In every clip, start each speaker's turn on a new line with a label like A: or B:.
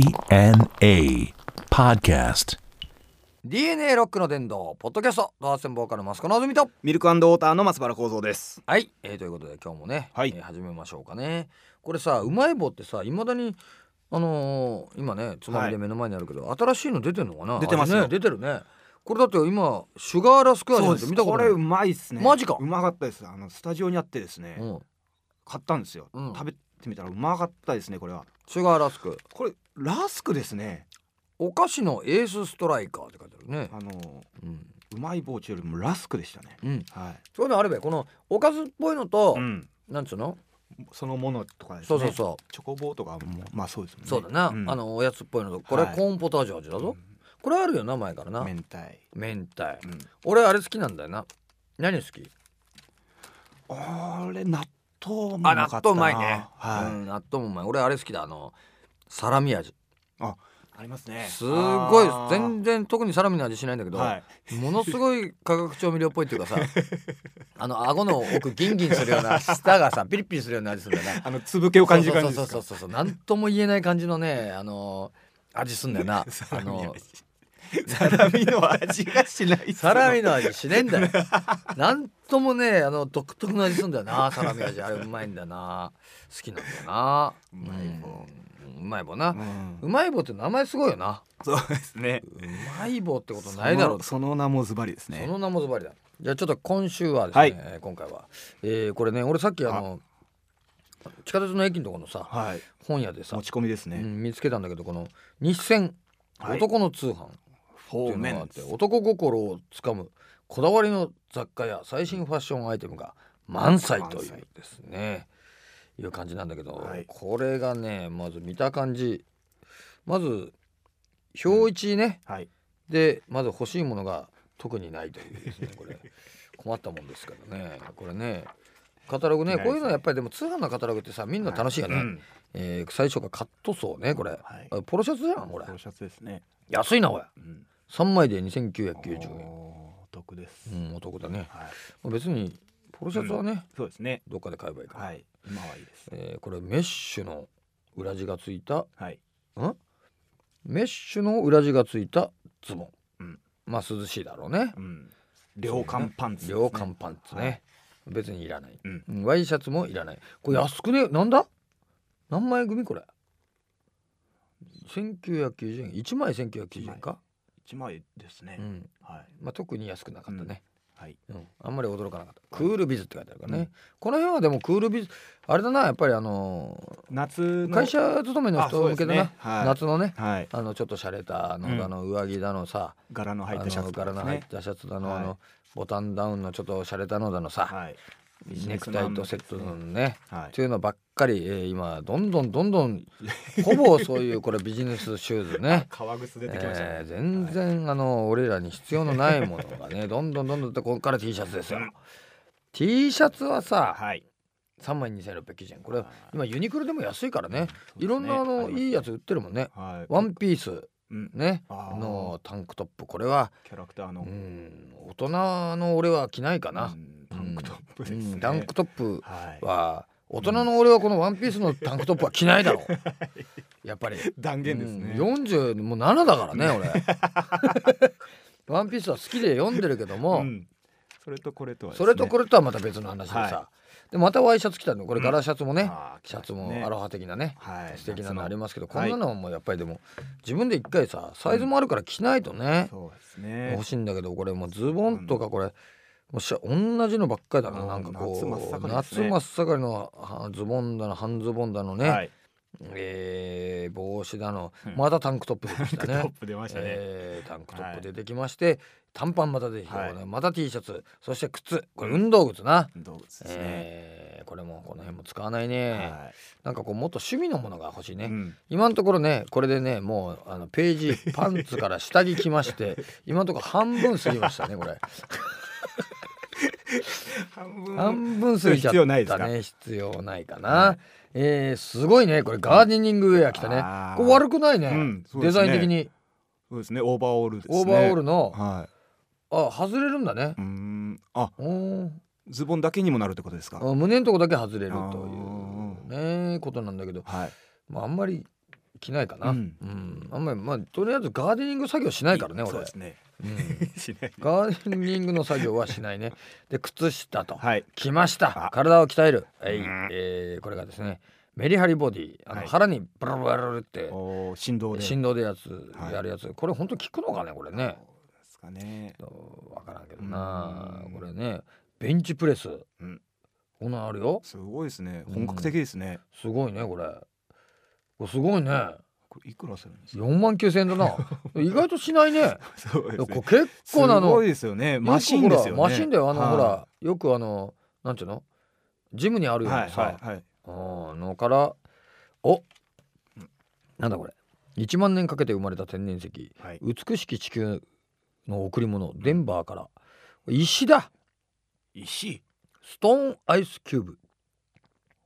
A: DNA Podcast.
B: DNA ロックの殿堂ポッドキャストドアセンボーカルマスコのあずみと
C: ミルクウォーターの松原幸三です。
B: はい、えー、ということで今日もね、
C: はい
B: えー始めましょうかねこれさうまい棒ってさいまだにあのー今ねつまみで目の前にあるけど、新しいの出てんのかな
C: 出てますよ
B: あれね出てるねこれだって今シュガーラスクアリ
C: そ
B: ーっ
C: うで
B: て
C: す。
B: 見たこ
C: こと
B: な
C: れ
B: いう
C: まいっすね。
B: マジか
C: うまかったです。あのスタジオにあってですね、
B: ん、
C: 買ったんですよ、
B: うん
C: 食べてみたらうまかったですね。これは。
B: シュガーラスク
C: これラスクですね。
B: お菓子のエースストライカーって書いてあるね
C: あの
B: うん、
C: うまい棒中よりもラスクでしたね。
B: うん、
C: は
B: そういうのあるべこのおかずっぽいのと、
C: い。ん。
B: なんつうの
C: そのものとかです
B: そ
C: ね。
B: うそうそう、
C: チョコ棒とかもまあそうですもんね。
B: そうだな、
C: ん
B: あのおやつっぽいのとこれ、
C: はい
B: コーンポタージュ味だぞ、これあるよな前からな
C: 明太。
B: 明太、
C: うん。
B: 俺あれ好きなんだよな何好き
C: あれ納豆もう
B: あ
C: ま
B: 納
C: かったな
B: 豆うまいね、
C: はい。
B: うん、納豆もうまい俺あれ好きだあのサラミ味
C: ありますね。
B: すごい
C: あー
B: 全然特にサラミの味しないんだけど、
C: はい。
B: ものすごい化学調味料っぽいっていうかさ あの顎の奥ギンギンするよ うな舌がさピリピリするような味するんだよな
C: あの粒気を感じる感じですか。
B: そうそうそうそうそうなんとも言えない感じのねあの味すんだよな
C: サ
B: あ
C: ラミの
B: の
C: 味サラミの味がしないっすね
B: サラミの味しねえんだよなんともねあの独特の味すんだよなサラミ味あれうまいんだよな好きなんだよな
C: うまい棒
B: うんうまい棒な
C: う、ん
B: うまい棒って名前すごいよな
C: そうですね
B: うまい棒ってことないだろう
C: そのその名もズバリです
B: そ
C: ね
B: の名もズバリだじゃあちょっと今週はですね、
C: はい
B: えー今回は、えーこれね俺さっきあの地下鉄の駅のところのさ
C: はい
B: 本屋でさ
C: 持、ち込みです
B: う
C: ね
B: ん見つけたんだけどこの日銭
C: はい
B: 男の通販、
C: フ
B: ってい
C: ォー
B: うの
C: メ
B: があっ
C: ン
B: て男心をつかむこだわりの雑貨や最新ファッションアイテムが満載とい
C: 満
B: う
C: 載
B: ですねいう感じなんだけど、
C: はい
B: これがねまず見た感じまず表一ね、
C: はい
B: でまず欲しいものが特にないというですねこ れ困ったもんですからねこれねカタログね
C: ないですね
B: こういうのはやっぱりでも通販のカタログってさみんな楽しいよね、
C: うん
B: えー最初がカットソーねこれ、
C: はい
B: あポロシャツじゃんこれ
C: シャツですね
B: 安いなこれ
C: うん
B: 3枚で2990円
C: お得です
B: うん、お得だね。
C: はい
B: まあ別にポロシャツはね、
C: そうですね
B: どっかで買えばいいから。
C: はい今はいいです
B: えーこれメッシュの裏地がついた、
C: はい
B: ん？メッシュの裏地がついたズボン。
C: うん
B: まあ涼しいだろうね。
C: うん涼感パンツですね
B: 涼感パンツね。
C: は
B: 別にいらない、
C: うん
B: うんワイシャツもいらない。これ安くね？なんだ？何枚組これ？1990円1枚1990円か、
C: 一枚ですね
B: うん
C: はい
B: まあ、特に安くなかったね、
C: はい
B: うん、あんまり驚かなかったクールビズって書いてあるからね、この辺はでもクールビズあれだなやっぱりあの
C: 夏の
B: 会社勤めの
C: あ
B: 人
C: そう
B: 向
C: で
B: け
C: す
B: だ
C: ね
B: な、
C: はい
B: 夏のね
C: はい
B: あのちょっと洒落たあの,、
C: うん
B: あの上着だのさ
C: 柄の
B: あ
C: 入ったシャ
B: の
C: ツとか
B: 柄
C: です
B: の
C: ね
B: 入ったシャツだの,、あ
C: は
B: のボタンダウンのちょっと洒落たのだのさ、
C: はい
B: ネクタイとセットのね
C: は
B: というのばっかり、えー今どんどんどんど んほぼそういうこれビジネスシューズね
C: 革靴 出
B: えー全然、あの俺らに必要のないものがねどんどんどんどんってここから T シャツですよ、
C: うん
B: T シャツはさ、
C: はい
B: 3万2690円これ
C: はい
B: 今ユニクロでも安いからね
C: うん
B: いろんなあ
C: そうです
B: の
C: ねありますね
B: いいやつ売ってるもんね
C: はい
B: ワンピース
C: うん
B: ね
C: あー
B: のタンクトップこれは
C: キャラクターの
B: うん大人の俺は着ないか
C: う
B: な、
C: んタンクトップです
B: う
C: ね
B: んタンクトップ
C: はい
B: は大人の俺はこのワンピースのタンクトップは着ないだろ うやっぱり
C: 断言ですね
B: うん、40もう7だからね 俺ワンピースは好きで読んでるけども、
C: うんそれとこれとは
B: それとこ
C: れ
B: れとはまた別の話でさ、
C: は
B: でまたワイシャツ着たのこれ柄シャツもね、
C: あー
B: シャツも
C: ね
B: アロハ的なね
C: はい
B: 素敵なのありますけど、
C: 夏の
B: こんなのはもうやっぱりでも自分で一回さサイズもあるから着ないとね、
C: そうですね
B: 欲しいんだけどこれもうズボンとかこれ、もうしゃ同じのばっかりだな
C: うん
B: なんかこ
C: 夏真っ
B: う
C: 盛りです
B: 夏
C: ね
B: 真っ盛りのはズボンだの半ズボンだのね、
C: はい
B: えー帽子だの
C: うん
B: またタンクトップ出てき
C: タ
B: た
C: ン
B: ね
C: クトッ。プ出ましたね
B: えータンクトッ
C: は
B: プ
C: い
B: 出てきまして、短パンまた出てきて、
C: はい
B: これまた T シャツそして靴これ運動靴な、
C: 動物ですね
B: えーこれもこの辺も使わないね、
C: は
B: なんかこうもっと趣味のものが欲しい
C: い
B: ね、
C: うん
B: 今のところねこれでねもうあのペー ジパンツから下着来まして今のところ半分過ぎましたね これ
C: 半分
B: 半分過ぎちゃったね
C: 必要ないですか
B: 必要ないかな、えーすごいねこれガーデニングウェア来たね
C: あー
B: これ悪くないね,、
C: うんそう
B: デ
C: です
B: ザ
C: ね
B: イン的に
C: そうですねオーバーオールですね
B: オーバーオールの、
C: は
B: あ外れるんだね
C: い、うーんあ
B: おー
C: ズボンだけにもなるってことですか
B: あ胸のとこだけ外れるというねことなんだけど、
C: はい
B: まあ、あんまり着ないかな、う
C: うんん
B: あんまりまあとりあえずガーデニング作業しないからね俺
C: そうですね。
B: うん
C: しない。
B: ガーデニングの作業はしない ねで靴下と、
C: はい。
B: 来ました
C: あ
B: 体を鍛える、はい
C: うん
B: えーこれがですねメリハリボディあの、
C: はい
B: 腹にブラブラブラって
C: おー振動で。
B: 振動でやつ、
C: はい
B: やるやつこれ本当効くのかねこれね
C: そうですかね。
B: 分からんけどな
C: うん
B: これねベンチプレス、
C: うん
B: こんなんあるよ
C: すごいですね。
B: うん
C: 本格的ですね。
B: すごいねこれこれすごい ね
C: これいくらするんですか。
B: 4万9千円だな意外としないね
C: そうです
B: これ
C: ね。
B: 結構な
C: す
B: の
C: ごいですよね。マシンですよね。
B: マシンだよあの、ほ
C: は
B: らよくあのなんていうのジムにある
C: い。
B: よう
C: は
B: ないさ、
C: はいはい。
B: あのからおなんだこれ1万年かけて生まれた天然石
C: はい。
B: 美しき地球の贈り物デンバーから石だ
C: 石。
B: ストーンアイスキューブ、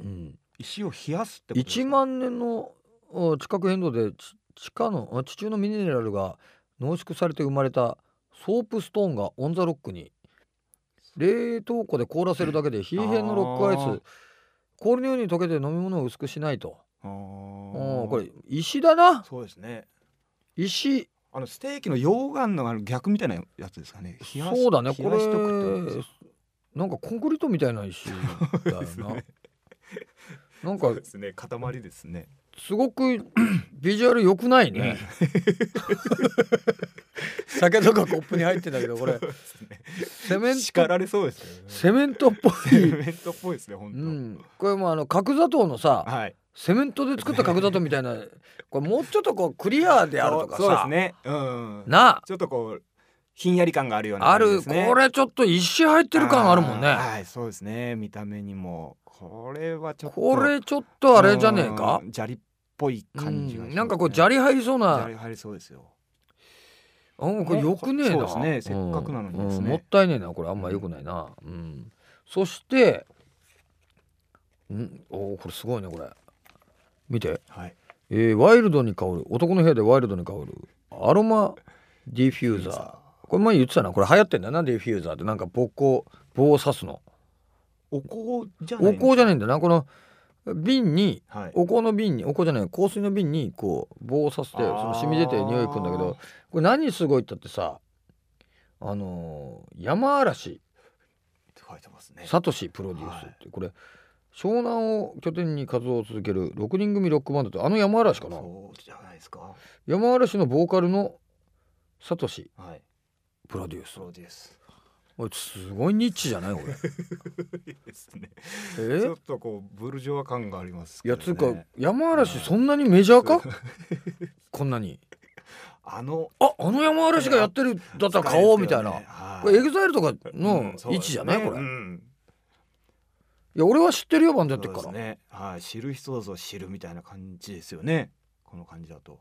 B: うん、
C: 石を冷やすってことですか。
B: 1万年のお地殻変動でち地下のあ地中のミネラルが濃縮されて生まれたソープストーンがオン・ザ・ロックに冷凍庫で凍らせるだけで冷え冷えのロックアイ
C: あ
B: ス氷のように溶けて飲み物を薄くしないと。
C: あ
B: うん
C: ー
B: これ。石だな
C: そうですね。
B: 石
C: あのステーキの溶岩のあの逆みたいなやつですかね。冷やし
B: そうだね
C: 冷
B: こ
C: やしとくってことで
B: れなんかコンクリートみたいな石だよ
C: す
B: な、
C: ね。
B: なんか
C: そうですね。塊ですね。
B: すごく ビジュアル良くないね酒とかコップに入ってんだけど これ
C: そうですね
B: セメン
C: 叱
B: ト
C: られそうですよね。
B: セメントっ ぽ
C: セ
B: い、
C: メントっぽいですね、本
B: う
C: 当。
B: ん、これもあの角砂糖のさ
C: はい。
B: セメントで作った角砂糖みたいなこれもうちょっとこうクリアであるとかさ
C: そうそうですね。うん。
B: なあ
C: ちょっとこうひんやり感があるような
B: あ
C: 感じ
B: る、
C: ですね。
B: これちょっと石入ってる感あるもんね
C: あーはい、そうですね。見た目にもこれはちょっと
B: これちょっとあれじゃねえか
C: うん砂利っぽい感じがしますね、
B: うんなんかこう砂利入りそうな
C: 砂利入りそうですよ。
B: うんこれよくねえな
C: そうですねせっかくなのにですね
B: うんうんもったいねえなこれあんまよくないな、うん、そしてんおーこれすごいねこれ見て、
C: はい。
B: えーワイルドに香る男の部屋でワイルドに香るアロマディフューザーこれ前言ってたなこれ流行ってんだよなディフューザーってなんか棒こ棒を刺すの
C: お香じゃない
B: お
C: んですか。
B: 香じゃないんだよなこの瓶に
C: はい。
B: お香の瓶にお香じゃない香水の瓶にこう棒を刺してその染み出て匂いくんだけどこれ何すごいったってさあのー山嵐
C: って書いてますね。
B: サトシプロデュースって、これ湘南を拠点に活動を続ける6人組ロックバンドってあの山嵐かな
C: そうじゃないですか。
B: 山嵐のボーカルのサトシ
C: はい。
B: プロデュース
C: そうです。
B: おいすごいニッチじゃない 俺
C: いいですね。
B: え
C: ちょっとこうブルジョワ感があります
B: い
C: けど、
B: や
C: ね。
B: つうか山嵐そんなにメジャー かこんなに
C: あの
B: ああの山嵐がやってるだったら買おうみたいな、これエ
C: グ
B: グザイルとかの位置じゃない、これ、いや俺は知ってるよバンド
C: だ
B: やってっから、
C: ねはい知る人ぞ知るみたいな感じですよねこの感じだと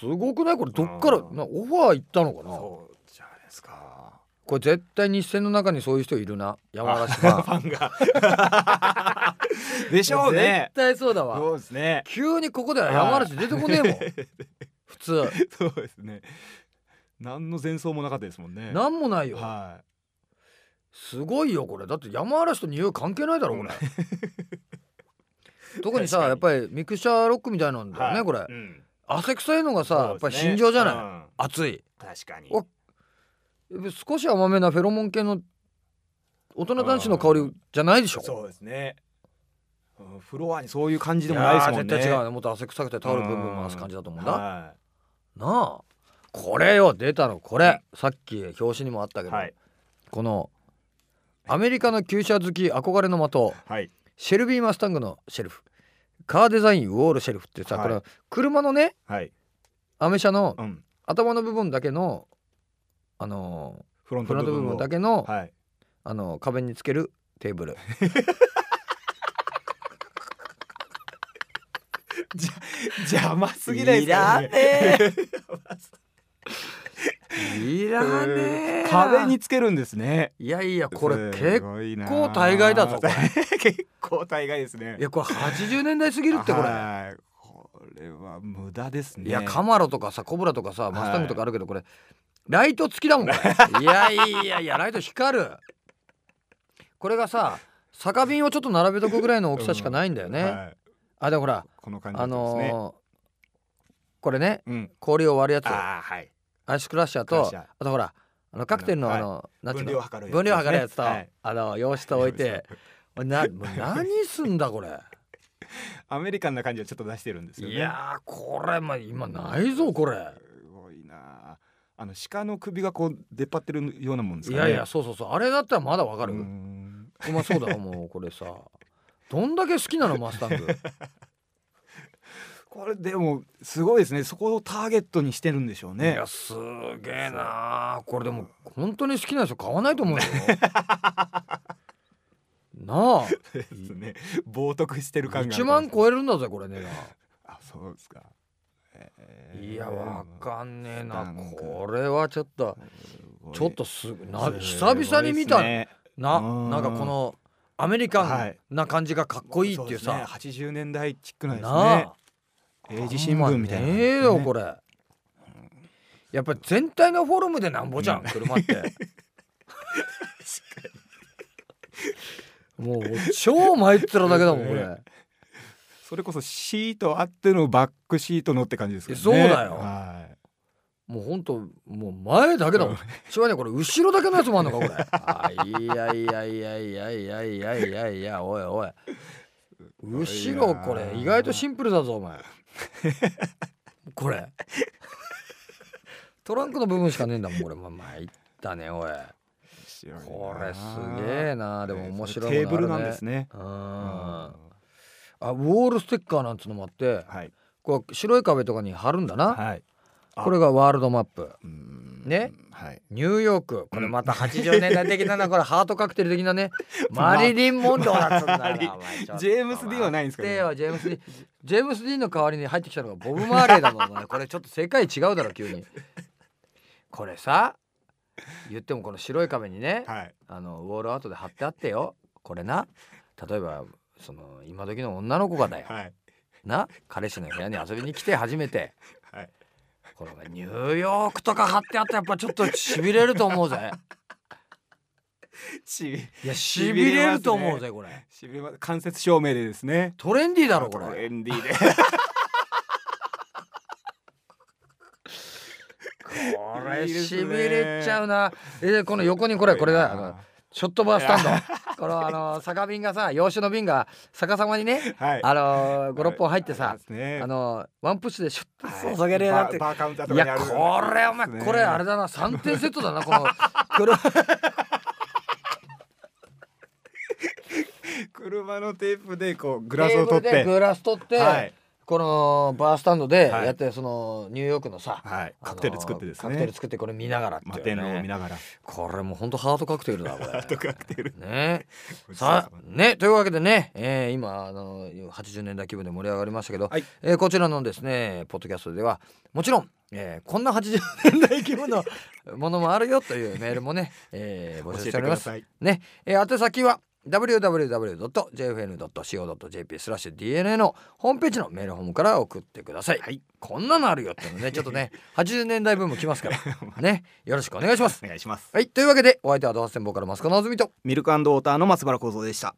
B: すごくないこれどっから
C: うん
B: なオファー行ったのかなこ
C: そうじゃないですか
B: れ絶対日戦の中にそういう人いるな山嵐フ
C: あ
B: ァン
C: ファンが でしょうね
B: 絶対そうだわ
C: そうですね
B: 急にここでは山嵐出てこねえもん普通
C: そうですね何の前奏もなかったですもんね
B: なんもないよ
C: は
B: すごいよこれだって山嵐と匂い関係ないだろ これ特にさ
C: 確かに
B: やっぱりミクシャーロックみたいなん
C: い
B: だよね、
C: はい
B: これ
C: うん
B: 汗臭いのがさ、やっぱり
C: そうですね
B: 心情じゃない、
C: うん
B: 熱い
C: 確かに
B: お少し甘めなフェロモン系の大人男子の香りじゃないでしょ
C: そうですねうんフロアにそういう感じ
B: い
C: でも
B: や
C: ない
B: ー
C: ですもんね
B: 絶対違うねもっと汗臭くてタオルブンブン回す感じだと思うんだ、
C: は
B: なあこれよ出たのこれさっき表紙にもあった
C: い
B: けど、
C: はい
B: このアメリカの旧車好き憧れの的
C: はい
B: シェルビーマスタングのシェルフカーデザインウォールシェルフってさ、
C: はい
B: これ車のね
C: はい
B: アメ車の
C: うん
B: 頭の部分だけのあの
C: フロ
B: ー
C: ン
B: フ
C: ト
B: ロン
C: 部
B: ト部
C: 分
B: 分
C: を
B: だけの、
C: はい
B: あのー壁につけるテーブル
C: 邪魔すぎない
B: い
C: ですからね
B: ねえいらねえ
C: 壁につけるんですね
B: いやいやこれ結
C: すごいな
B: 結構大概だぞこ
C: 結構大概ですね
B: いやこれ80年代すぎるってこれ。
C: はいこれは無駄ですね
B: いやカマロとかさコブラとかさ
C: い
B: マスタングとかあるけどこれライト付きだもん これいやいやいやライト光るこれがさ酒瓶をちょっと並べとくぐらいの大きさしかないんだよね、
C: はい
B: あでもほら
C: この感じ
B: あ
C: だったんですね
B: のこれね
C: うん、
B: 氷を割るやつ
C: ああはい
B: アイスクラッシャー
C: クラ
B: と
C: ッシャー
B: あとほらあのカクテルの
C: は
B: あ
C: い
B: のなんていう
C: 分
B: の
C: 量を測るやつ
B: 分量測るやつと、
C: はい
B: あの用紙と置いておいなもう何すんだこ れ
C: アメリカンな感じをちょっと出してるんですよね
B: いやーこれも今ないぞこれ
C: すごいなあの鹿の首がこう出っ張ってるようなもんです
B: い
C: か
B: や
C: ね
B: いやそうそうそうあれだったらまだわかる
C: うーん
B: うまそうだよもうこれさどんだけ好きなのマスタング
C: これでもすごいですねそこをターゲットにしてるんでしょう
B: い
C: ね
B: やすげえなーこれでも本当に好きな人買わないと思 うよなあ
C: ですね冒涜してる感が
B: 1万超えるんだぜこれね
C: あそうですか、えー
B: いやわかんねえな
C: なんか
B: これはちょっと
C: すごい
B: ちょっとすな
C: すごい
B: 久々に見た
C: ですね
B: な
C: うん
B: なんかこのアメリ
C: は
B: カ
C: い
B: ンな感じがかっこいいっていう
C: そで
B: さ
C: すね、80年代チックなです
B: な
C: ね
B: あ
C: 英字新聞みたい
B: あ
C: な、
B: んまねえよこれやっぱり全体のフォルムでなんぼじゃん車 ってもう超参ってるだけだもんこれ
C: ねそれこそシートあってのバックシートのって感じですけどね
B: そうだよ
C: はい
B: もうほんともう前だけだもんしわねこれ後ろだけのやつもあんのかこれあいやいやいやいやいやいやいやいやおいおい
C: ごいな
B: 後ろこれ意外とシンプルだぞお前これトランクの部分しかねえんだもんこれまあ参ったねおい
C: 白いな
B: これすげえなでも面白い
C: テーブルなんです
B: ね
C: ね
B: うん
C: うん
B: あウォールステッカーなんつうのもあって
C: はい
B: こう白い壁とかに貼るんだな
C: はいあ
B: これがワールドマップ
C: うーん
B: ね
C: はい
B: ニューヨークこれまた80年代的ななこれハートカクテル的な ねマリリン・モンローだったんだ
C: マリ
B: なお前ちょっと
C: ジェームス D はないんですかね
B: 待ってよジェームス D ジェームス D の代わりに入ってきたのがボブ・マーレーだもんお前これちょっと世界違うだろ急にこれさ言ってもこの白い壁にね
C: はい
B: あのウォールアートで貼ってあってよこれな例えばその今時の女の子がだよ
C: はい
B: な彼氏の部屋に遊びに来て初めて
C: はい
B: これニューヨークとか貼ってあったらやっぱちょっとしびれると思うぜ
C: し
B: いやしびれると思うぜこれ
C: しびれま間接照明でですね
B: トレンディーだろこれ
C: エンディで
B: これ
C: いいです
B: し
C: ね
B: びれちゃうなえこの横にこれこれだあのショットバースタンドこのあの酒瓶がさ洋酒の瓶が逆さまにね
C: はい
B: あの56本入ってさ
C: ですね
B: あのワンプッシュでシュッ
C: はい
B: と注げるようになって
C: バーバーカウンターと
B: い
C: かにあ
B: や
C: る
B: これお前
C: ですね
B: これあれだな3点セットだな このこれ
C: 車のテープでこうグラスを取っ
B: テーブルで
C: て
B: グラス取って、
C: はい
B: このバースタンドで
C: はい
B: やってそのニューヨークのさ、
C: はい
B: あの
C: カクテル作ってです
B: カクテ
C: ね
B: ル作ってこれ見ながらっていう
C: マ
B: ね
C: テナを見ながら
B: これもうほんとハートカクテルだこれハー
C: トカクテル
B: ねさあねというわけでね、えー今あの80年代気分で盛り上がりましたけど、
C: はい
B: えーこちらのですねポッドキャストではもちろん、えーこんな80年代気分のものもあるよというメールもね、えー募
C: 教
B: 集し
C: え
B: ててお
C: く
B: りま
C: だ
B: す
C: さ。い
B: ね、えー宛先は www.jfn.co.jp スラッシュ DNA のホームページのメールホームから送ってください、こんなのあるよっていうのねちょっとね80年代分も来ますからねよろしくお願いします
C: お願いします
B: はいというわけでお相手はドハセンボーカルマスカナズミと
C: ミルクウォーターの松原幸三でした